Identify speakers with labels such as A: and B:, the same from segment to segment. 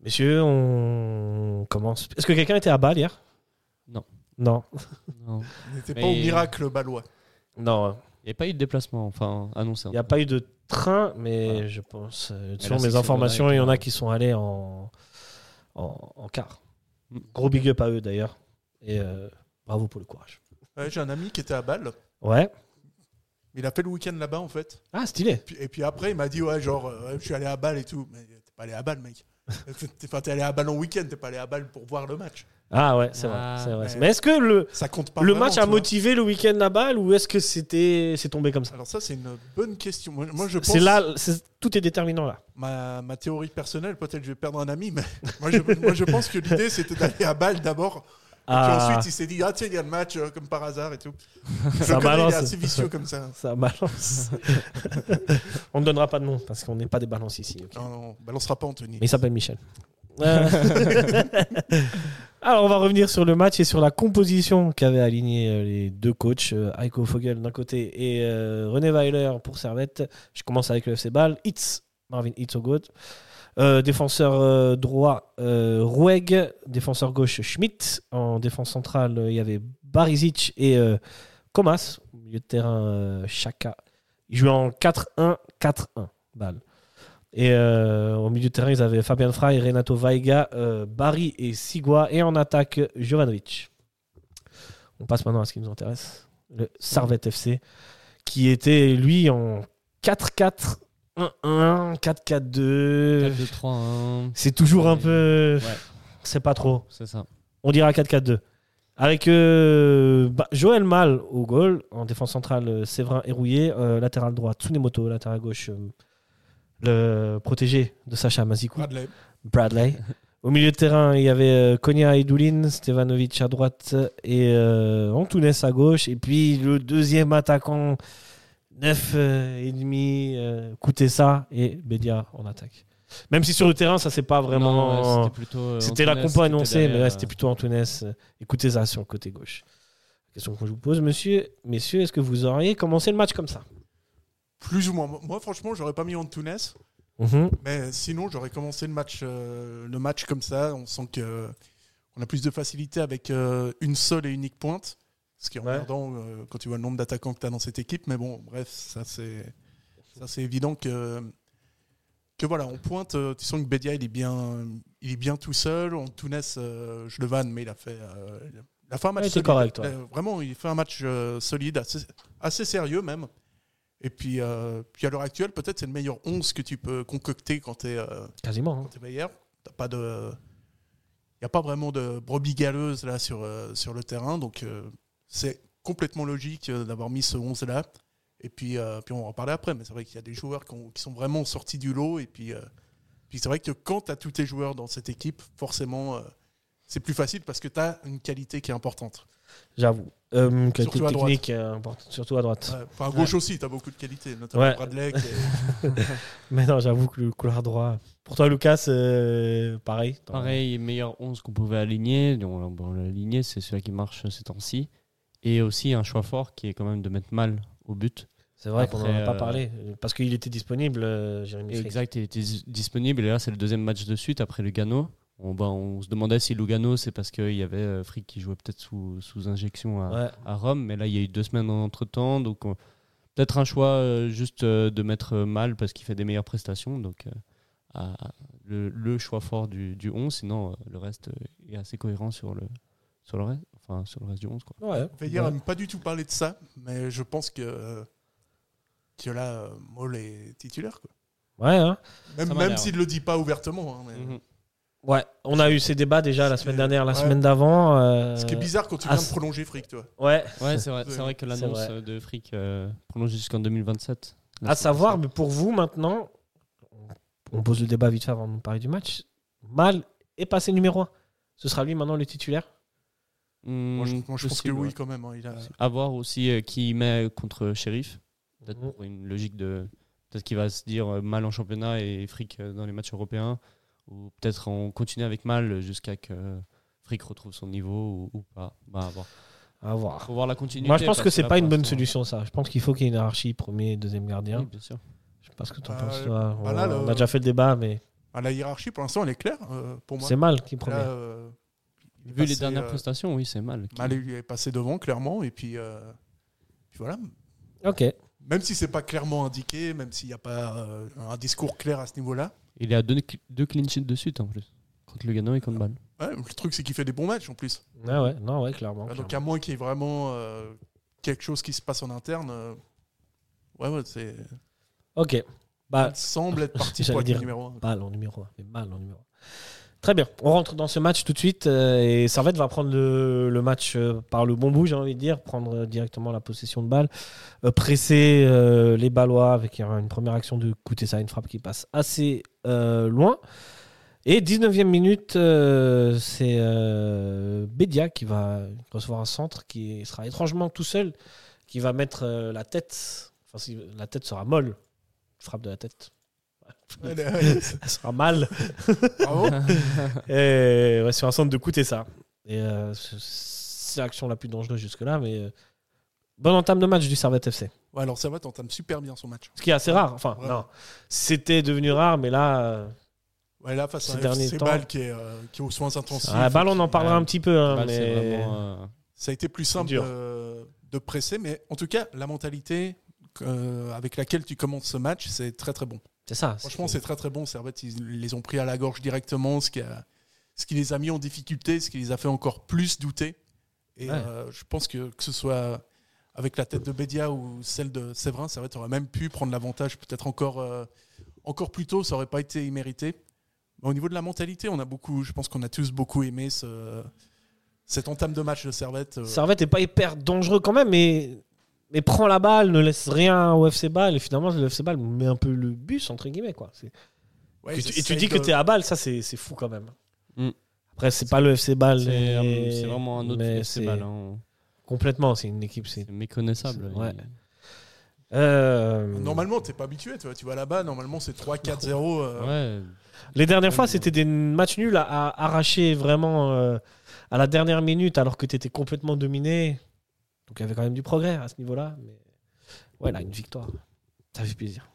A: Messieurs, on commence. Est-ce que quelqu'un était à Bâle hier
B: Non.
A: Non.
B: Non.
C: On n'était pas au
B: Mais-
C: miracle balois.
A: Non.
B: Il n'y a pas eu de déplacement, enfin annoncé. hein.
A: Il n'y a pas eu de train, mais
B: Voilà.
A: je pense, euh,
B: là,
A: sur
B: c'est que
A: mes
B: c'est
A: informations,
B: vrai
A: il y en a
B: que-
A: qui sont allés en, en, en car.
B: Mm.
A: Gros big up à eux d'ailleurs. Et euh, bravo pour le courage.
C: Ouais, J'ai un ami qui était à Bâle.
A: Ouais.
C: Il a fait le week-end là-bas en fait.
A: Ah, stylé.
C: Puis- Et puis après, il m'a dit Ouais, genre, euh, ouais, je suis allé à Bâle et tout. Mais t'es pas allé à Bâle, mec. T'es- Enfin, t'es allé à Bâle en week-end, t'es pas allé à Bâle pour voir le match.
A: Ah ouais, c'est
B: Ah.
A: vrai. c'est vrai.
C: Ouais.
A: Mais est-ce que le,
C: Ça compte pas.
A: le
C: vraiment,
A: match
C: tu
A: a
C: vois.
A: motivé le week-end à Bâle ou est-ce que c'était c'est tombé comme ça
C: Alors, ça, c'est une bonne question. Moi, moi, je pense.
A: C'est là, c'est- tout est déterminant là.
C: Ma, ma théorie personnelle, peut-être je vais perdre un ami, mais moi, je, moi, je pense que l'idée, c'était d'aller à Bâle d'abord. Et
A: Ah,
C: puis ensuite, il s'est dit Ah, tiens, il y a le match, euh, comme par hasard et tout. Je
A: Ça
C: connais,
A: balance.
C: Il est assez vicieux comme ça.
A: ça balance. on ne donnera pas de nom parce qu'on n'est pas des balances ici. ok
C: Non, non, on balancera pas Anthony.
A: Mais il s'appelle Michel. Euh, Alors, on va revenir sur le match et sur la composition qu'avaient aligné euh, les deux coachs, euh, Heiko Fogel d'un côté et euh, René Weiler pour Servette. Je commence avec le FC Ball. Hitz, Marvin Hitz au goal. Euh, défenseur euh, droit, euh, Roueg. Défenseur gauche, Schmidt. En défense centrale, euh, il y avait Barisic et euh, Comas. Au milieu de terrain, euh, Chaka. Ils jouaient en 4-1, 4-1, Ball. Et euh, au milieu de terrain, ils avaient Fabian Frey, Renato Vaiga, euh, Barry et Sigua. Et en attaque, Jovanovic. On passe maintenant à ce qui nous intéresse. Le Sarvet FC, qui était, lui, en 4-4-1-1, 4-4-2.
B: 4-2-3-1.
A: C'est toujours un
B: Ouais.
A: peu...
B: Ouais.
A: C'est pas trop.
B: hein. C'est ça.
A: On dira 4-4-2. Avec euh, bah, Joël Mal au goal, en défense centrale, euh, Séverin Hérouillé, euh, latéral droit, Tsunemoto, latéral gauche, euh, le protégé de Sacha Mazikou,
C: Bradley.
A: Bradley. Au milieu de terrain, il y avait euh, Konya et Doulin, Stevanovic à droite et euh, Antunes à gauche. Et puis le deuxième attaquant, 9 euh, et demi, euh, Koutessa et Bedia en attaque. Même si sur le terrain, ça c'est pas vraiment.
B: Non, ouais, C'était plutôt. euh,
A: C'était la
B: Antunes,
A: compo
B: c'était
A: annoncée, mais
B: derrière,
A: là, c'était plutôt Antunes. Écoutez ça sur le côté gauche. Question qu'on vous pose, monsieur, messieurs, est-ce que vous auriez commencé le match comme ça
C: Plus ou moins. Moi, franchement, j'aurais pas mis Antunes,
A: Mhm.
C: mais sinon, j'aurais commencé le match, euh, le match comme ça. On sent que euh, on a plus de facilité avec euh, une seule et unique pointe. Ce qui est
A: Ouais.
C: emmerdant euh, quand tu vois le nombre d'attaquants que tu as dans cette équipe. Mais bon, bref, ça c'est ça c'est évident que que voilà, on pointe. euh, tu sens que Bedia il est bien, il est bien tout seul. En Tounes, euh, je le vanne, mais il a fait, euh, il a fait un match
A: Ouais, il était
C: solide. Euh,
A: correct, ouais.
C: Il a- Vraiment, il fait un match euh, solide, assez, assez sérieux même. Et puis, euh, puis à l'heure actuelle, peut-être c'est le meilleur 11 que tu peux concocter quand tu es
A: Quasiment. hein.
C: quand t'es meilleur, t'as pas de, y a pas vraiment de brebis galeuses là sur euh, sur le terrain, donc euh, c'est complètement logique euh, d'avoir mis ce 11 là. Et puis euh, puis on va en parler après, mais c'est vrai qu'il y a des joueurs qui, ont- qui sont vraiment sortis du lot et puis euh, puis c'est vrai que quand t'as tous tes joueurs dans cette équipe, forcément euh, c'est plus facile parce que t'as une qualité qui est importante.
A: J'avoue. Euh, qualité
C: Surtout à droite.
A: technique, euh, importante, surtout à droite.
C: Ouais, Enfin, à gauche aussi, t'as beaucoup de qualités, notamment
A: Ouais.
C: Bradley. qui est-
A: Mais non, j'avoue que le couloir droit. Pour toi, Lucas, euh, pareil.
B: euh, Pareil, meilleur 11 qu'on pouvait aligner. On, l'a- on l'a aligné, c'est celui qui marche euh, ces temps-ci. Et aussi un choix fort qui est quand même de mettre mal au but.
A: C'est vrai qu'on n'en
B: Après,
A: a pas
B: euh,
A: parlé. euh, Parce qu'il était disponible, euh, Jérémy
B: Et
A: Frick.
B: exact, il était dis- disponible. Et là, c'est le deuxième match de suite après Lugano. On, bah, on se demandait si Lugano, c'est parce qu'il y avait euh, Frick qui jouait peut-être sous, sous injection à,
A: Ouais.
B: à Rome, mais là il y a eu deux semaines en entre-temps, donc on- peut-être un choix euh, juste euh, de mettre euh, mal parce qu'il fait des meilleures prestations, donc euh, à- à- le, le choix fort du, du 11, sinon euh, le reste euh, est assez cohérent sur le, sur le, reste, enfin, sur le reste du 11. Quoi.
A: Ouais.
C: Veillère
A: Ouais.
C: n'aime pas du tout parler de ça, mais je pense que, euh, que là, euh, Moll est titulaire. quoi.
A: Ouais, hein.
C: Même,
B: Ça m'a
C: même
B: l'air.
C: s'il ne le dit pas ouvertement. hein, mais-
B: Mhm.
A: Ouais, on a eu ces débats déjà la
C: C'est-
A: semaine dernière, la
C: ouais.
A: semaine d'avant. euh,
C: Ce qui est bizarre quand tu
A: ah,
C: viens de
A: c'est-
C: prolonger Frick, toi.
A: Ouais,
B: Ouais, c'est vrai,
C: C'est-
B: c'est vrai que
A: c'est
B: l'annonce
A: vrai.
B: euh, de Frick euh, prolongée jusqu'en 2027.
A: À savoir, mais pour vous maintenant, on pose le débat vite fait avant de parler du match. Mal est passé numéro 1. Ce sera lui maintenant le titulaire.
B: Hmm,
C: Moi, je, moi, je pense que
B: possible, ouais.
C: oui, quand même. hein, il a-
B: À voir aussi euh, qui met contre Sheriff. Peut-être
C: Mm.
A: Mhm.
B: pour une logique de. Peut-être qu'il va se dire euh, mal en championnat et fric euh, dans les matchs européens. Ou peut-être on continue avec mal jusqu'à que euh, fric retrouve son niveau ou, ou pas. Bah, à voir.
A: À voir.
B: Faut voir la continuité.
A: Moi, je pense
B: parce
A: que c'est
B: là,
A: pas
B: pour
A: une bonne
B: l'instant-
A: solution, hein. ça. Je pense qu'il faut qu'il y ait une hiérarchie, premier, deuxième
B: Oui,
A: gardien.
B: bien sûr.
A: Je sais pas ce que t'en
C: Bah,
A: penses, toi.
C: bah là,
A: on, on
C: le-
A: a déjà fait le débat, mais
C: Ah, la hiérarchie, pour l'instant, elle est claire euh, pour moi.
A: C'est mal qui
C: Là,
A: première.
C: euh, il est
B: Vu les
C: passé,
B: dernières
C: euh,
B: prestations, oui, c'est mal.
C: Mal, il est passé devant, clairement. Et puis, euh, puis voilà. euh,
A: Ok.
C: Même si c'est pas clairement indiqué, même s'il n'y a pas euh, un discours clair à ce niveau-là,
B: Il est à deux, deux clean sheets de suite en plus. Contre Lugano et contre Bâle.
C: ouais, le truc, c'est qu'il fait des bons matchs en plus.
A: Ah ouais, non, ouais, clairement.
C: Ah, donc,
A: clairement.
C: à moins qu'il y ait vraiment euh, quelque chose qui se passe en interne, euh, ouais, ouais, c'est.
A: Ok. Bah,
C: il semble être parti
A: j'allais
C: pour être
A: dire.
C: le numéro 1.
A: mal en numéro 1. Mais mal en numéro un. Très bien. On rentre dans ce match tout de suite euh, et Servette va prendre le, le match euh, par le bon bout, j'ai envie de dire, prendre euh, directement la possession de balle, euh, presser euh, les Ballois avec euh, une première action de coûter ça, une frappe qui passe assez euh, loin. Et 19e minute, euh, c'est euh, Bédia qui va recevoir un centre qui sera étrangement tout seul, qui va mettre euh, la tête. Enfin, si- la tête sera molle. Frappe de la tête. Elle sera mal.
C: Bravo.
A: Et Eh, ouais, sur un centre de coûter ça. Et euh, c- c'est l'action la plus dangereuse jusque-là, mais euh, bonne entame de match du Servette FC.
C: Ouais, alors, Servette entame super bien son match.
A: Ce qui est assez rare. Enfin,
C: Ouais.
A: non. C'était devenu rare, mais là, euh,
C: Ouais, là, face
A: Ces
C: à un
A: derniers
C: FC
A: temps.
C: Bâle qui est, euh, qui est aux soins intensifs.
A: ah, Ball, on en parlera
B: Ouais.
A: un petit peu. hein,
B: Bâle, Bah, c'est
A: mais...
B: vraiment, euh,
C: Ça a été plus simple
A: dur.
C: de, de presser, mais en tout cas, la mentalité euh, avec laquelle tu commences ce match, c'est très très bon.
A: C'est ça.
C: Franchement, c'est très très bon. Servette, ils les ont pris à la gorge directement, ce qui, a- ce qui les a mis en difficulté, ce qui les a fait encore plus douter. Et
A: Ouais.
C: euh, je pense que que ce soit avec la tête de Bédia ou celle de Séverin, Servette aurait même pu prendre l'avantage peut-être encore, euh, encore plus tôt, ça aurait pas été immérité. Mais au niveau de la mentalité, on a beaucoup, je pense qu'on a tous beaucoup aimé ce, cette entame de match de Servette. euh,
A: Servette est pas hyper dangereux quand même, mais, mais prend la balle, ne laisse rien au FC Ball, et finalement, le FC Ball met un peu le bus, entre guillemets. Quoi. C'est-
C: ouais,
A: et
C: ils
A: tu, et tu
C: essayent
A: dis que
C: de-
A: tu es à balle, ça, c'est c'est fou quand même.
B: Mm.
A: Après, c'est pas le FC Ball.
B: c'est un-
A: mais-
B: c'est vraiment un autre
A: mais
B: FC
A: c'est-
B: Bâle, hein.
A: Complètement, c'est une équipe. C'est
B: C'est méconnaissable.
A: Ouais.
B: Il-
A: Euh,
C: Normalement, t'es pas habitué, tu vois, tu vas là-bas, normalement c'est 3-4-0. euh,
B: Ouais.
A: Les dernières fois,
B: Ouais, mais-
A: c'était des matchs nuls à, à arracher vraiment euh, à la dernière minute, alors que tu étais complètement dominé. Donc il y avait quand même du progrès à ce niveau-là. Mais ouais, là, une victoire. Ça fait plaisir.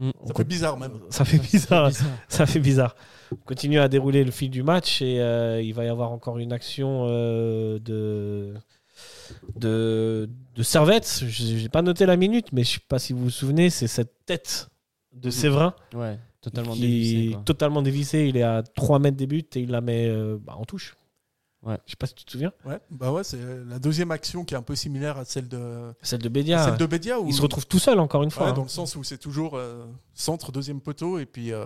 B: Mm.
A: On
C: Ça
A: co-
C: fait bizarre même.
A: Ça fait bizarre.
B: C'est bizarre.
A: Ça fait bizarre. On continue à dérouler le fil du match et euh, il va y avoir encore une action euh, de, de, de Servette. Je n'ai pas noté la minute, mais je ne sais pas si vous vous souvenez, c'est cette tête de Séverin
B: Ouais, totalement
A: qui
B: dévissé.
A: est
B: quoi.
A: totalement dévissé. Il est à 3 mètres des buts et il la met euh, bah, en touche.
B: Ouais.
A: Je sais pas si tu te souviens.
C: Ouais, bah ouais, c'est la deuxième action qui est un peu similaire à celle de,
A: Celle de
C: à
A: Bédia.
C: celle de Bedia. Où,
A: Il se retrouve tout seul encore une
C: Ouais,
A: fois. hein.
C: dans le sens où c'est toujours euh, centre, deuxième poteau, et puis euh,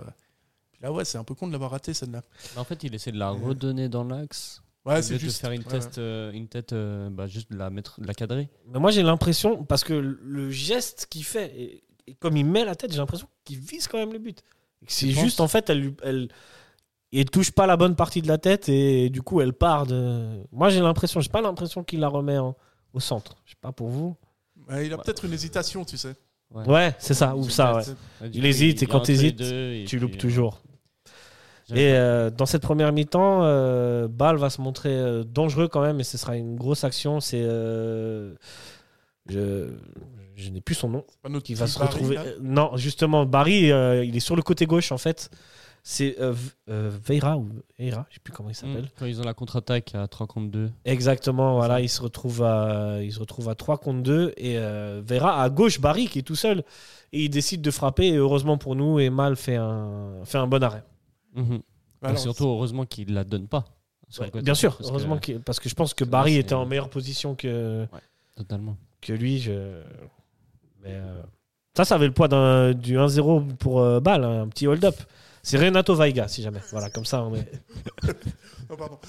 C: puis là, ouais, c'est un peu con de l'avoir raté celle-là.
B: En fait, il essaie de la redonner dans l'axe.
A: Ah,
C: Ouais,
B: c'est
C: c'est juste.
B: faire une,
C: ouais,
B: test, euh, une tête, euh, bah, juste de la, mettre, de la cadrer.
A: Mais moi j'ai l'impression, parce que le geste qu'il fait, et, et comme il met la tête, j'ai l'impression qu'il vise quand même le but. Et que C'est
B: Tu
A: juste
B: penses
A: en fait, elle, lui- elle, il touche pas la bonne partie de la tête et du coup elle part de. Moi j'ai l'impression, j'ai pas l'impression qu'il la remet en- au centre. Je sais pas pour vous.
C: ouais. Ouais, il a peut-être une hésitation, tu sais.
A: Ouais, c'est ça, Ah, ou ça, ouais.
B: Ouais, du
A: Il
B: coup,
A: hésite,
B: il
A: et
B: y a
A: quand
B: entre les
A: t'hésites,
B: deux, et
A: Tu
B: puis,
A: loupes
B: euh,
A: toujours.
B: j'aime
A: Et euh, dans cette première mi-temps, euh, Bâle va se montrer euh, dangereux quand même et ce sera une grosse action. C'est. euh, je je n'ai plus son nom.
C: C'est Pas notre
A: Qui
C: hein.
A: va
C: petit
A: se
C: Barry,
A: retrouver.
C: là.
A: euh, non, justement, Barry, euh, il est sur le côté gauche en fait. C'est euh, V- euh, Veira ou Eira, je sais plus comment il s'appelle.
B: mm, Quand ils ont la contre-attaque à 3 contre 2.
A: Exactement, voilà, il se retrouve à, il se retrouve à 3 contre 2 et euh, Vera à gauche, Barry qui est tout seul et il décide de frapper et heureusement pour nous, Emal fait un, fait un bon arrêt.
B: Mhm.
A: Bah,
C: Bah, Alors,
B: surtout, heureusement qu'il la donne pas. sur le
A: Ouais,
B: côté,
A: bien sûr,
B: parce que-
A: heureusement que- parce que je pense que
B: que
A: Barry
B: c'est-
A: était en meilleure position que,
B: Totalement.
A: que lui. je- Mais, euh, Ça, ça avait le poids d'un- du 1-0 pour euh, Bâle, hein, un petit hold-up. C'est Renato Vaiga, si jamais. Voilà, comme ça, on est.
C: Non, Oh, pardon.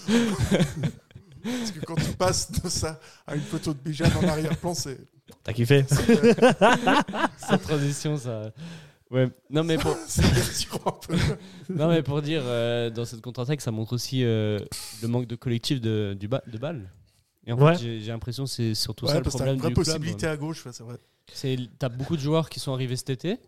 C: Parce que quand tu passes de ça à une photo de Bijan en arrière-plan, c'est.
A: T'as kiffé
B: Cette transition, ça. Ouais. Non, mais pour,
C: C'est perturbant un peu.
B: non, mais pour dire, euh, dans cette contre-attaque, ça montre aussi euh, le manque de collectif de, du ba- de balle. Et en
A: Ouais.
B: fait, j'ai- j'ai l'impression que c'est surtout
C: Ouais,
B: ça le
C: parce que t'as
B: problème
C: une vraie
B: du club.
C: possibilité
A: hein.
C: à gauche, ouais, c'est vrai.
B: C'est t'as beaucoup de joueurs qui sont arrivés cet été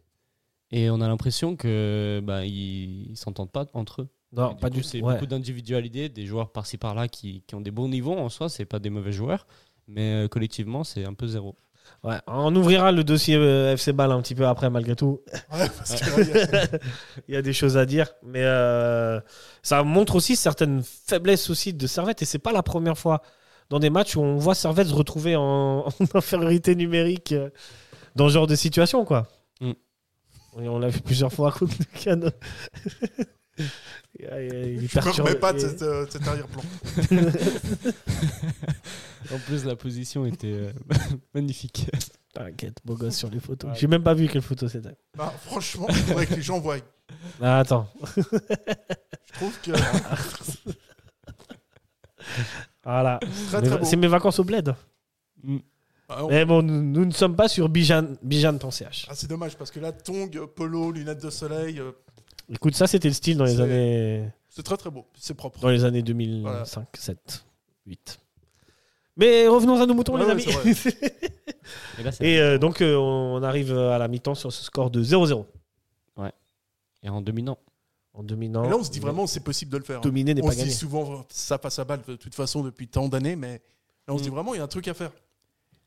B: et on a l'impression que bah, ils ils s'entendent pas entre eux.
A: Non,
B: Et
A: pas
B: coup,
A: du
B: C'est
A: ouais.
B: beaucoup d'individualité, des joueurs par-ci par-là qui, qui ont des bons niveaux en soi, c'est pas des mauvais joueurs, mais euh, collectivement c'est un peu zéro.
A: Ouais, on ouvrira le dossier euh, FC Ball un petit peu après, malgré tout.
C: Ouais, parce que, ouais, y a-
A: Il y a des choses à dire, mais euh, ça montre aussi certaines faiblesses aussi de Servette, et c'est pas la première fois dans des matchs où on voit Servette se retrouver en, en infériorité numérique euh, dans ce genre de situation, quoi.
B: Mm.
A: Et on l'a vu plusieurs fois contre le canon. Il est
C: je me
A: perturbé.
C: remets pas de
A: Il est-
C: cette, euh, cet arrière-plan.
B: En plus, la position était euh, magnifique.
A: T'inquiète, beau gosse sur les photos.
B: Ouais.
A: J'ai même pas vu quelle photo c'était.
C: Bah, franchement, il faudrait que les gens voient. Je
A: Ah, attends.
C: trouve que hein,
A: Voilà.
C: très
A: Mes-
C: très beau.
A: C'est mes vacances au bled.
B: Mm.
C: Ah, on-
A: Mais bon, nous, nous ne sommes pas sur Bijan, Bijan.ch.
C: ah, c'est dommage parce que là, tong, polo, lunettes de soleil, euh,
A: Écoute, ça c'était le style dans les
C: C'est-
A: années
C: c'est très très beau, c'est propre.
A: dans les années 2005, 7, 8. Mais revenons à nos moutons
C: Ouais,
A: les
C: ouais,
A: amis.
C: c'est
B: Et là, c'est-
A: Et euh, donc euh, on arrive à la mi-temps sur ce score de 0-0
B: et en dominant.
A: en dominant.
C: Et là, on se dit vraiment, c'est possible de le faire. hein.
A: dominer n'est
C: On
A: pas
C: se dit
A: gagné.
C: souvent ça passe à balle de toute façon depuis tant d'années, mais là on se dit
B: Mm.
C: vraiment il y a un truc à faire.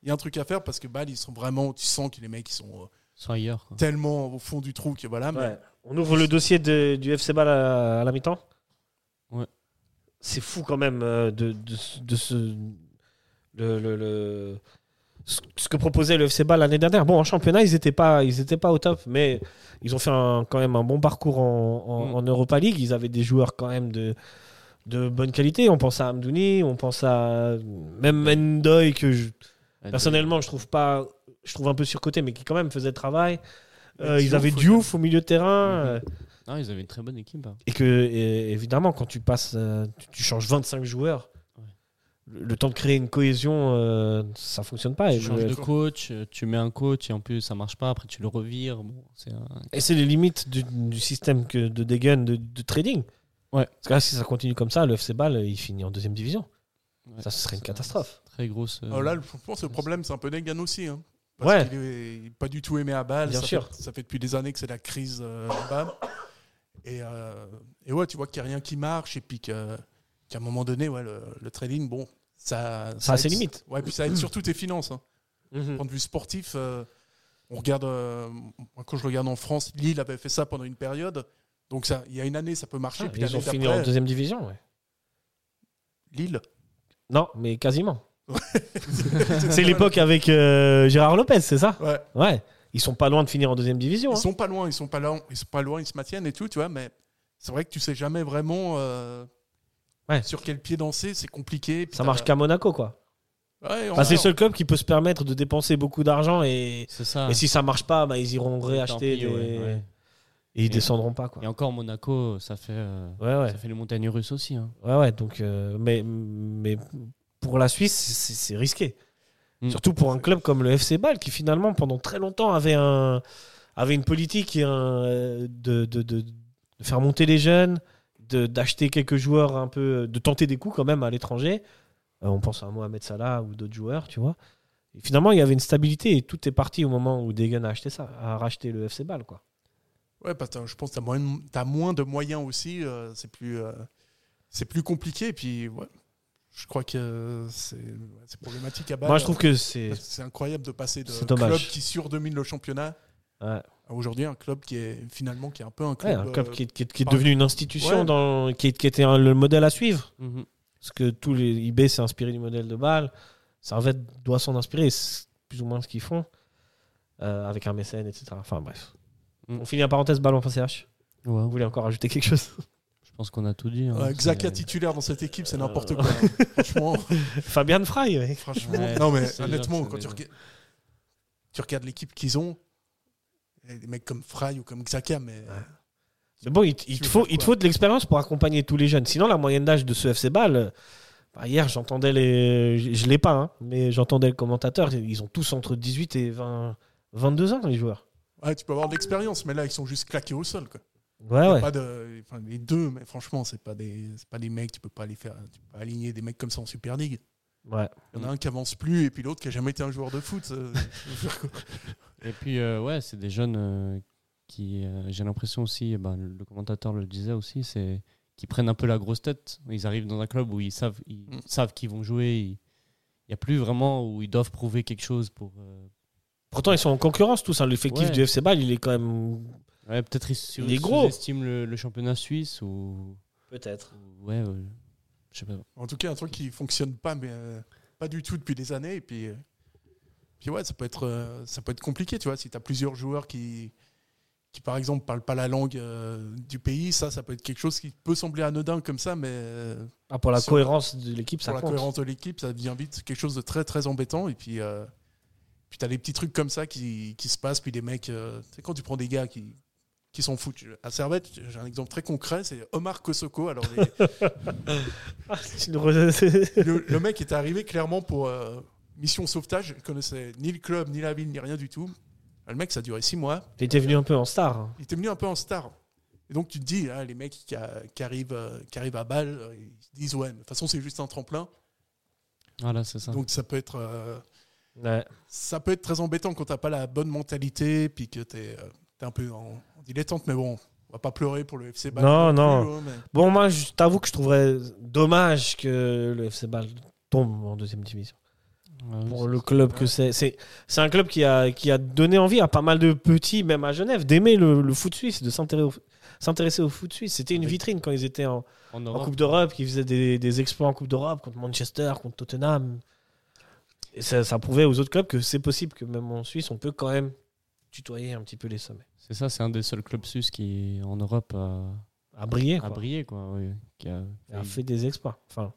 C: Il y a un truc à faire parce que balle ils sont vraiment, tu sens que les mecs ils sont euh,
B: Soit ailleurs. quoi.
C: tellement au fond du trou que voilà. mais-
A: Ouais. On ouvre le dossier de- du FC Ball à, à la mi-temps.
B: Ouais.
A: C'est fou quand même euh, de, de, ce- de ce, le, le- le- ce ce que proposait le FC Ball l'année dernière. Bon, en championnat, ils n'étaient pas, ils étaient pas au top, mais ils ont fait un- quand même un bon parcours en, en-
B: Mm.
A: en Europa League. Ils avaient des joueurs quand même de, de bonne qualité. On pense à Amdouni, on pense à même Mendoy que je- Personnellement, je trouve pas, je trouve un peu surcoté, mais qui quand même faisait le travail. Euh,
C: Mais
A: ils
C: Diouf,
A: avaient
C: faut-
A: Diouf au milieu de terrain.
B: Mhm.
A: euh,
B: Non, ils avaient une très bonne équipe. hein.
A: Et que, et- évidemment, quand tu passes, euh, tu, tu changes 25 joueurs,
B: Ouais.
A: le, le temps de créer une cohésion, euh, ça fonctionne pas. Et,
B: Tu changes
A: le-
B: de coach, euh, tu mets un coach et en plus ça marche pas, après tu le revires. Bon, c'est un-
A: et c'est les limites du, du système que de Degen de, de trading.
B: Ouais.
A: Parce que là, si ça continue comme ça, le FC Ball, il finit en deuxième division.
B: ouais,
A: ça, ce serait une
B: c'est-
A: catastrophe.
B: c'est Très grosse. euh,
A: Oh,
C: Alors Oh, là, je pense que le problème c'est un peu Negan aussi. hein. parce
A: Ouais.
C: qu'il est il est pas du tout aimé à balle.
A: Bien
C: ça
A: sûr.
C: Fait, ça fait depuis des années que c'est la crise euh, là-bas. Et, euh, et ouais, tu vois qu'il n'y a rien qui marche et puis que- qu'à un moment donné, ouais, le, le trading, bon, ça.
A: Ça a ses
C: aide-
A: limites. Mm.
C: Ouais, puis ça aide surtout tes finances. hein.
B: Mhm.
C: Du point de vue sportif, euh, on regarde, euh, moi, quand je regarde en France, Lille avait fait ça pendant une période. Donc ça, il y a une année, ça peut marcher.
A: Ah,
C: puis
A: ils
C: l'année
A: ont fini en
C: d'après,
A: deuxième division. ouais.
C: Lille.
A: Non, mais quasiment.
C: Ah,
A: c'est l'époque avec euh, Gérard Lopez, c'est ça
C: Ouais.
A: Ouais. Ils sont pas loin de finir en deuxième division.
C: Ils
A: hein.
C: sont pas loin, ils sont pas loin, ils sont pas loin, ils se maintiennent et tout, tu vois. Mais c'est vrai que tu sais jamais vraiment euh,
A: Ouais.
C: sur quel pied danser. C'est compliqué. puis
A: Ça
C: t'as-
A: marche qu'à Monaco, quoi.
C: Ouais,
A: Enfin, c'est le
C: encore.
A: seul club qui peut se permettre de dépenser beaucoup d'argent et,
B: C'est ça.
A: et si ça marche pas, bah, ils iront réacheter des-
B: Tant pis, ouais, ouais.
A: et ils
B: Et-
A: descendront pas, quoi.
B: Et encore Monaco, ça fait, euh,
A: Ouais, ouais,
B: ça fait les montagnes russes aussi. hein.
A: ouais, ouais. Donc, euh, mais, mais pour la Suisse, c'est- c'est risqué.
B: Mm.
A: Surtout pour un club comme le FC Bâle qui finalement pendant très longtemps avait un avait une politique et un, euh, de, de, de- de faire monter les jeunes, de- d'acheter quelques joueurs un peu, de tenter des coups quand même à l'étranger. Euh, on pense à Mohamed Salah ou d'autres joueurs, tu vois. Et finalement, il y avait une stabilité et tout est parti au moment où Degen a acheté ça, a racheté le FC Bâle, quoi.
C: Ouais, parce que je pense que t'as moins, de- t'as moins de moyens aussi. euh, c'est plus, euh, c'est plus compliqué. Et puis, ouais, je crois que euh, c'est ouais, c'est problématique à base.
A: Moi, je trouve que c'est
C: Bah, Parce que C'est incroyable de passer de
A: C'est
C: club
A: dommage.
C: qui surdomine le championnat
A: ouais,
C: à aujourd'hui un club qui est finalement qui est un peu un
A: ouais,
C: club.
A: un club
C: euh,
A: qui, est- qui est- qui est
C: par-
A: devenu une institution,
C: Ouais.
A: dans, qui, est- qui était un- le modèle à suivre.
B: Mhm.
A: Parce que tous les IB s'est inspiré du modèle de Bâle. Servette doit s'en inspirer, c'est plus ou moins ce qu'ils font, euh, avec un mécène, etc. Enfin bref.
B: Mm.
A: On finit la parenthèse ballon.ch. Vous
B: Ouais,
A: voulez encore ajouter quelque chose
B: je pense qu'on a tout dit. hein.
C: euh, Xhaka
B: C'est-
C: titulaire dans cette équipe, c'est
A: Euh,
C: n'importe quoi. hein. franchement,
A: Fabian Fry, ouais.
C: franchement.
B: Ouais,
C: non mais
B: c'est dur,
C: honnêtement,
B: c'est
C: quand tu,
B: dur.
C: rega- tu regardes l'équipe qu'ils ont, et des mecs comme Fry ou comme Xhaka, mais
A: Mais bon, il, il
C: Tu
A: te
C: veux
A: faut,
C: faire
A: il te
C: quoi
A: faut de l'expérience pour accompagner tous les jeunes. Sinon, la moyenne d'âge de ce FC Ball, euh, bah, hier, j'entendais les. Je, je l'ai pas, hein, mais j'entendais le commentateur. Ils ont tous entre 18 et 20, 22 ans, les joueurs.
C: ouais, tu peux avoir de l'expérience, mais là ils sont juste claqués au sol. Quoi.
A: Ouais,
C: Y a
A: ouais.
C: pas de, enfin, les deux, mais franchement, c'est pas des, c'est pas des mecs. Tu peux pas les faire, tu peux pas aligner des mecs comme ça en Super League.
A: ouais.
C: Il y en a un qui avance plus et puis l'autre qui a jamais été un joueur de foot. euh, ça-
B: Et puis, euh, ouais, c'est des jeunes euh, qui, euh, j'ai l'impression aussi, eh ben, le commentateur le disait aussi, c'est qui prennent un peu la grosse tête. Ils arrivent dans un club où ils savent, ils
C: Mm.
B: savent qu'ils vont jouer, ils, il n'y a plus vraiment où ils doivent prouver quelque chose pour. euh,
A: Pourtant, ils sont en concurrence tous. hein. L'effectif
B: Ouais.
A: du FC Bâle, il est quand même.
B: Ouais, peut-être ils sous-
A: Il est gros.
B: sous-estiment le, le championnat suisse ou.
A: Peut-être.
B: ou- Ouais, ouais, je sais pas.
C: En tout cas, un truc qui fonctionne pas, mais euh, pas du tout depuis des années. Et puis, euh, puis ouais, ça peut être, euh, ça peut être compliqué, tu vois. Si tu as plusieurs joueurs qui, qui, par exemple, parlent pas la langue euh, du pays, ça, ça peut être quelque chose qui peut sembler anodin comme ça, mais euh,
A: Ah, pour la
C: Sur-
A: cohérence de l'équipe, ça
C: pour la
A: compte.
C: cohérence de l'équipe, ça devient vite quelque chose de très, très embêtant. Et puis, euh, puis tu as des petits trucs comme ça qui, qui se passent. Puis des mecs, euh, tu sais, quand tu prends des gars qui qui s'en foutent. À Servette, j'ai un exemple très concret, c'est Omar Kosoko. Alors, les-
A: Ah, c'est une re-
C: le, le mec était arrivé clairement pour euh, mission sauvetage. Il connaissait ni le club, ni la ville, ni rien du tout. Ah, Le mec, ça a duré six mois.
A: il était venu un peu en star. hein.
C: Il était venu un peu en star. Et donc, tu te dis, ah, les mecs qui, a- qui arrivent, euh, qui arrivent à Bâle, euh, ils se disent, ouais, mais de toute façon, c'est juste un tremplin.
B: Voilà, c'est ça.
C: Donc, ça peut être, euh,
A: Ouais.
C: ça peut être très embêtant quand t'as pas la bonne mentalité, puis que tu es un peu en, en dilettante. Mais bon, on va pas pleurer pour le FC Bâle.
A: Non,
C: non. plus, hein, mais-
A: Bon, moi, je t'avoue que je trouverais dommage que le FC Bâle tombe en deuxième division.
B: Ouais,
A: Pour
B: c'est-
A: le club que c'est. C'est c'est un club qui a, qui a donné envie à pas mal de petits, même à Genève, d'aimer le, le foot suisse, de s'intéresser au, s'intéresser au foot suisse. C'était une
B: Oui.
A: vitrine quand ils étaient en, en
B: en Europe.
A: Coupe d'Europe, qui faisait des, des exploits en Coupe d'Europe contre Manchester, contre Tottenham. Et ça, ça prouvait aux autres clubs que c'est possible que même en Suisse, on peut quand même tutoyer un petit peu les sommets.
B: C'est ça, c'est un des seuls clubs suisses qui, en Europe, a,
A: À briller,
B: a
A: quoi.
B: brillé, quoi. oui, qui a
A: Et a
B: fait-
A: fait des exploits. Enfin,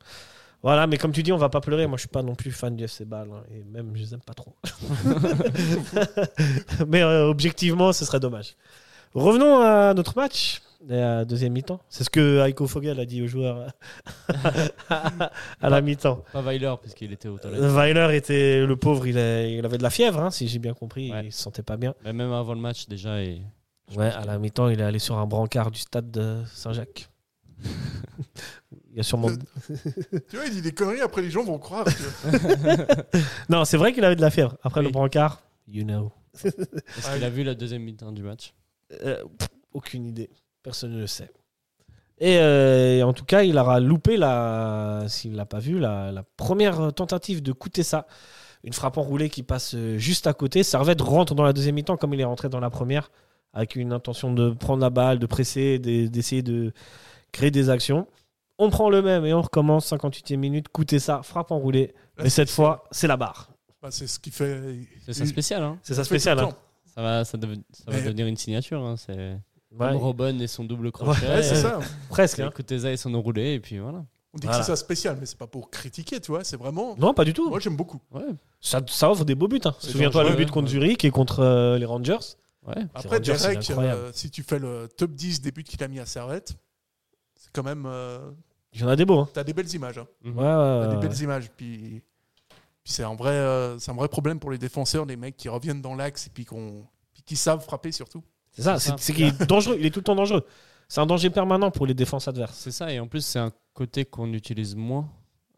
A: voilà, mais comme tu dis, on va pas pleurer. Moi, je suis pas non plus fan du FC Bâle. hein, et même, je les aime pas trop. mais euh, objectivement, ce serait dommage. Revenons à notre match. et à la deuxième mi-temps. C'est ce que Heiko Fogel a dit aux joueurs euh, à la mi-temps.
B: Pas Weiler, parce qu'il était
A: Euh,
B: au toilette.
A: Weiler était le pauvre, il, a- il avait de la fièvre, hein, si j'ai bien compris,
B: Ouais.
A: il se sentait pas bien.
B: même avant le match, déjà. Et... je
A: Ouais,
B: pense
A: à la mi-temps, il est allé sur un brancard du stade de Saint-Jacques. il y a sûrement.
C: Tu vois, il dit des conneries, après les gens vont croire. que-
A: Non, c'est vrai qu'il avait de la fièvre. Après
B: Oui.
A: le brancard, you know.
B: que- Est-ce qu'il a vu la deuxième mi-temps du match
A: Euh, pff, aucune idée, personne ne le sait. Et euh, en tout cas, il aura loupé, la, s'il l'a pas vu, la, la première tentative de coûter ça. Une frappe enroulée qui passe euh, juste à côté. Servette rentre dans la deuxième mi-temps comme il est rentré dans la première, avec une intention de prendre la balle, de presser, de- d'essayer de créer des actions. On prend le même et on recommence 58e minute, coûter ça, frappe enroulée. Mais cette fois, c'est la barre.
C: Bah, c'est ce qui fait.
B: C'est
A: Mm.
B: ça spécial, hein
A: C'est ça
C: il fait tout le
A: spécial. hein.
C: temps.
B: Ça va, ça dev- ça va
C: Mais-
B: devenir une signature. Hein. C'est
A: Ouais,
B: comme Robin et son double crochet.
C: Ouais, c'est ça.
A: presque. hein.
B: Kuteza et son enroulé, et puis voilà.
C: On dit
A: Voilà.
C: que c'est ça spécial, mais c'est pas pour critiquer, tu vois. C'est vraiment.
A: Non, pas du tout.
C: Moi, j'aime beaucoup.
B: Ouais,
A: ça, ça offre des beaux buts. hein.
B: C'est
A: Souviens-toi le
B: dangereux,
A: but
B: hein.
A: contre Zurich et contre euh, les Rangers.
B: ouais.
C: Après,
A: Rangers,
C: Derek,
A: c'est incroyable.
C: euh, si tu fais le top 10 des buts qu'il a mis à Servette, c'est quand même. euh,
A: Il y en a des beaux. hein.
C: T'as des belles images. Hein.
A: Ouais, ouais,
C: T'as des
A: Euh, ouais.
C: belles images. Puis, puis c'est un, vrai, euh, c'est un vrai problème pour les défenseurs, les mecs qui reviennent dans l'axe et puis, qu'on- puis qui savent frapper surtout.
A: C'est ça,
B: C'est
A: c'est
B: ça.
A: c'est qu'il est dangereux. Il est tout le temps dangereux. C'est un danger permanent pour les défenses adverses.
B: C'est ça, et en plus, c'est un côté qu'on utilise moins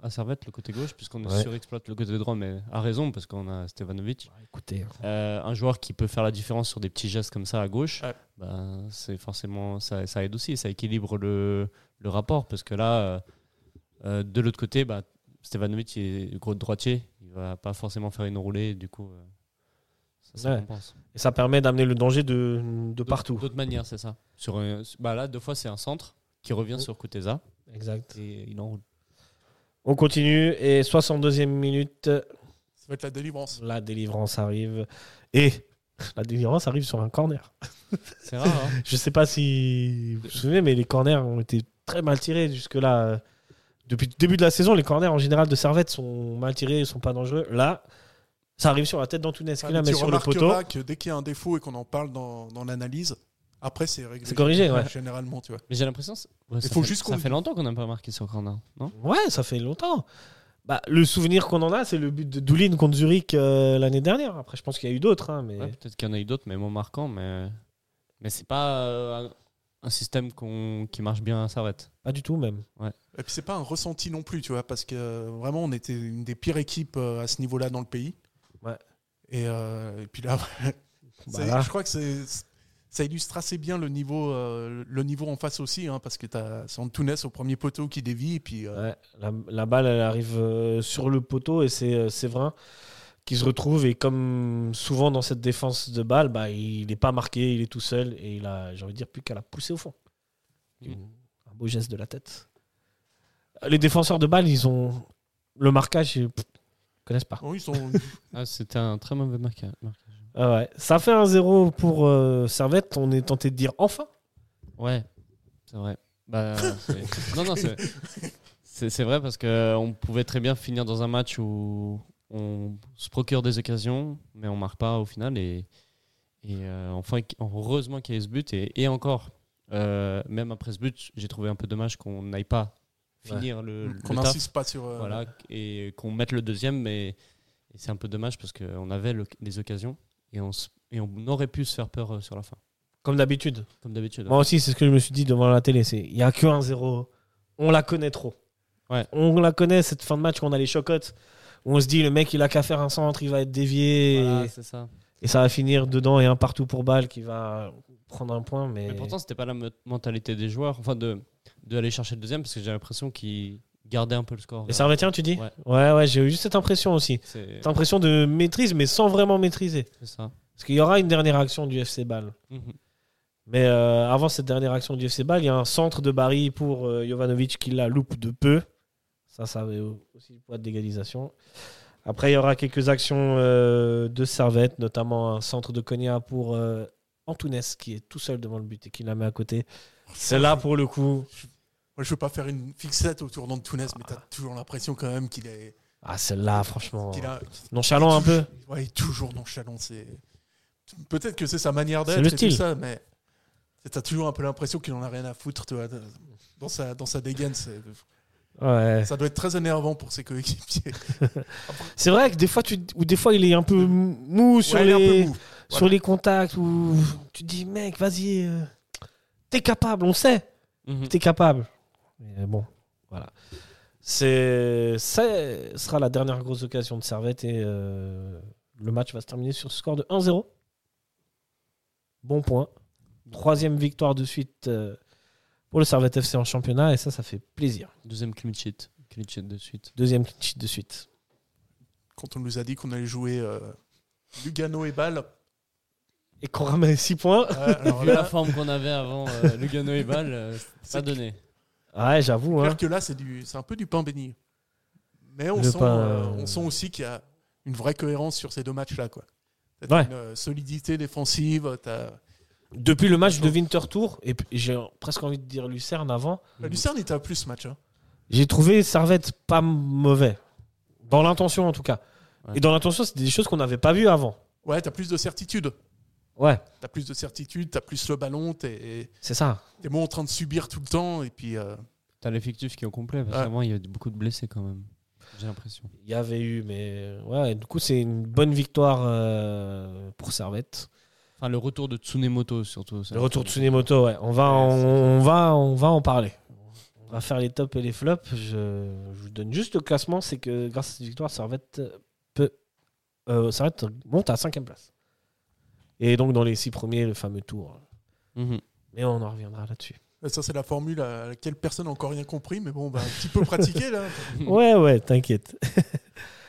B: à Servette, le côté gauche, puisqu'on
A: Ouais.
B: surexploite le côté droit, mais à raison, parce qu'on a Stevanovic.
A: Écoutez, hein.
B: Euh, un joueur qui peut faire la différence sur des petits gestes comme ça à gauche,
C: Ouais.
B: ben, c'est forcément, ça, ça aide aussi, ça équilibre le, le rapport, parce que là, euh, euh, de l'autre côté, bah, Stevanovic il est gros droitier, il va pas forcément faire une roulée, du coup, euh, ça, ça
A: Ouais.
B: compense.
A: et ça permet d'amener le danger de, de partout.
B: D'autres manières, c'est ça. Sur un- bah là, deux fois, c'est un centre qui revient
C: Oh.
A: Oui.
B: sur Kuteza
A: Exact.
B: et il enroule.
A: On continue et 62e minute,
C: Ça va être la délivrance.
A: la délivrance arrive et la délivrance arrive sur un corner.
B: C'est rare. hein.
A: Je sais pas si vous vous souvenez, mais les corners ont été très mal tirés jusque-là. Depuis le début de la saison, les corners en général de Servette sont mal tirés, ils sont pas dangereux. Là, ça arrive sur la tête d'Antunes qui
C: Ah,
A: la
C: mais
A: met
C: tu
A: sur le poteau.
C: remarqueras que dès qu'il y a un défaut et qu'on en parle dans, dans l'analyse, après, c'est réglé.
A: C'est corrigé, ouais.
C: Généralement, tu vois.
B: Mais j'ai l'impression. c'est- ouais, ça
C: faut
B: fait-
C: juste qu'on-
B: Ça fait longtemps qu'on n'a pas marqué sur Corner, non
A: Ouais, ça fait longtemps. Bah, le souvenir qu'on en a, c'est le but de Doulin contre Zurich euh, l'année dernière. Après, je pense qu'il y a eu d'autres. hein, mais...
B: Ouais, Peut-être qu'il y en a eu d'autres, mais moins marquants. Mais, mais c'est pas euh, un- un système qu'on- qui marche bien à Servette.
A: Pas du tout, même.
C: Et puis c'est pas un ressenti non plus, tu vois, parce que euh, vraiment on était une des pires équipes euh, à ce niveau-là dans le pays.
A: Ouais.
C: Et, euh, et puis là,
A: Bah
C: c'est-
A: là.
C: je crois que c'est ça illustre assez bien le niveau, euh, le niveau en face aussi, hein, parce que t'as- c'est Antunes au premier poteau qui dévie, et puis euh,
A: Ouais, la, la balle, elle arrive euh, sur le poteau et c'est euh, Séverin qui se retrouve. Et comme souvent dans cette défense de balle, bah, il n'est pas marqué, il est tout seul et il a, j'ai envie de dire, plus qu'à la pousser au fond.
B: Mm.
A: Un beau geste de la tête. Les défenseurs de balle, ils ont le marquage, ils pff, connaissent pas.
C: bon, ils sont
B: Ah, c'était un très mauvais marquage.
A: Ah ouais. Ça fait un 0 pour euh, Servette. On est tenté de dire enfin.
B: Ouais, c'est vrai. Bah, c'est- non, non, c'est- c'est c'est vrai parce qu'on pouvait très bien finir dans un match où on se procure des occasions, mais on marque pas au final. Et, et euh, enfin, heureusement qu'il y ait ce but. Et, et encore, euh, même après ce but, j'ai trouvé un peu dommage qu'on n'aille pas finir le, le
C: qu'on
B: taf.
C: n'insiste pas sur. euh,
B: voilà, et qu'on mette le deuxième, mais et c'est un peu dommage parce qu'on avait le- les occasions et on, se- et on aurait pu se faire peur euh, sur la fin,
A: Comme d'habitude.
B: comme d'habitude.
A: Moi aussi, c'est ce que je me suis dit devant la télé. C'est il n'y a que 1-0. On la connaît trop.
B: Ouais.
A: On la connaît cette fin de match qu'on a les chocottes. où On se dit le mec il a qu'à faire un centre, il va être dévié
B: Voilà,
A: et,
B: c'est ça.
A: et ça va finir dedans et un partout pour balle qui va prendre un point. Mais,
B: Mais pourtant, c'était pas la me- mentalité des joueurs, enfin, de d'aller chercher le deuxième parce que j'ai l'impression qu'ils gardaient un peu le score.
A: les Servetiens, tu dis
B: Ouais.
A: ouais, ouais, j'ai eu juste cette impression aussi.
B: C'est
A: Cette impression de maîtrise, mais sans vraiment maîtriser.
B: c'est ça.
A: Parce qu'il y aura une dernière action du FC Ball.
B: Mhm.
A: Mais euh, avant cette dernière action du FC Ball, il y a un centre de Barry pour euh, Jovanovic qui la loupe de peu. Ça, ça avait au- aussi le poids de l'égalisation. Après, il y aura quelques actions euh, de Servette, notamment un centre de Konya pour euh, Antunes qui est tout seul devant le but et qui la met à côté. Celle-là, pour le coup,
C: Moi, je veux pas faire une fixette autour d'Antunes, mais t'as toujours l'impression quand même qu'il est,
A: ah, celle-là, franchement,
C: qu'il a,
A: nonchalant un peu.
C: ouais, il est toujours nonchalant. C'est peut-être que c'est sa manière
A: C'est
C: d'être,
A: le
C: et tout
A: style.
C: ça, mais t'as toujours un peu l'impression qu'il en a rien à foutre, tu vois, dans sa dans sa dégaine. c'est-
A: Ouais.
C: Ça doit être très énervant pour ses coéquipiers.
A: C'est vrai que des fois, tu, ou des fois, il est un peu mou sur
C: Ouais, il est
A: les.
C: un peu mou.
A: sur les contacts où tu te dis mec vas-y euh, t'es capable on sait
B: Mhm.
A: t'es capable mais bon voilà c'est ça sera la dernière grosse occasion de Servette et euh, le match va se terminer sur ce score de 1-0 bon point troisième victoire de suite euh, pour le Servette FC en championnat et ça ça fait plaisir
B: Deuxième clean sheet. Clean sheet de suite.
A: deuxième clean sheet de suite
C: Quand on nous a dit qu'on allait jouer euh, Lugano et Bâle,
A: et qu'on ramène 6 points
C: ouais, alors
B: Vu
C: là,
B: la forme qu'on avait avant euh, Lugano et Bâle, euh, c'est pas donné.
A: ouais j'avoue hein.
C: clair que là, c'est du, c'est un peu du pain béni. Mais on
A: Le
C: sent,
A: pain,
C: euh,
A: euh,
C: on sent aussi qu'il y a une vraie cohérence sur ces deux matchs-là, quoi. T'as
A: Ouais.
C: Une euh, solidité défensive. T'as...
A: depuis le match de Winterthur et puis j'ai presque envie de dire Lucerne avant
C: Bah, Lucerne était à plus ce match. hein.
A: J'ai trouvé Servette pas mauvais. Dans l'intention, en tout cas.
B: Ouais.
A: Et dans l'intention, c'était des choses qu'on n'avait pas vues avant.
C: Ouais, t'as plus de certitude.
A: Ouais,
C: T'as plus de certitude, t'as plus le ballon, t'es,
A: c'est ça.
C: t'es moins en train de subir tout le temps. Et puis, euh,
B: T'as l'effectif qui est au complet parce
C: Ouais.
B: qu'avant, il y a eu beaucoup de blessés quand même. J'ai l'impression.
A: Il y avait eu, mais. Ouais, et du coup, c'est une bonne victoire euh, pour Servette.
B: Enfin, le retour de Tsunemoto surtout. ça.
A: Le retour de Tsunemoto, ouais. On va, en,
B: Ouais, c'est-
A: on, va, on va en parler. On va faire les tops et les flops. Je, je vous donne juste le classement. C'est que grâce à cette victoire, Servette peut. euh, Servette monte à 5 place. Et donc, dans les 6 premiers, le fameux tour.
B: Mhm.
A: Mais on en reviendra là-dessus.
C: ça, c'est la formule à laquelle personne n'a encore rien compris. Mais bon, bah, un petit peu pratiqué, là.
A: Ouais, ouais, t'inquiète.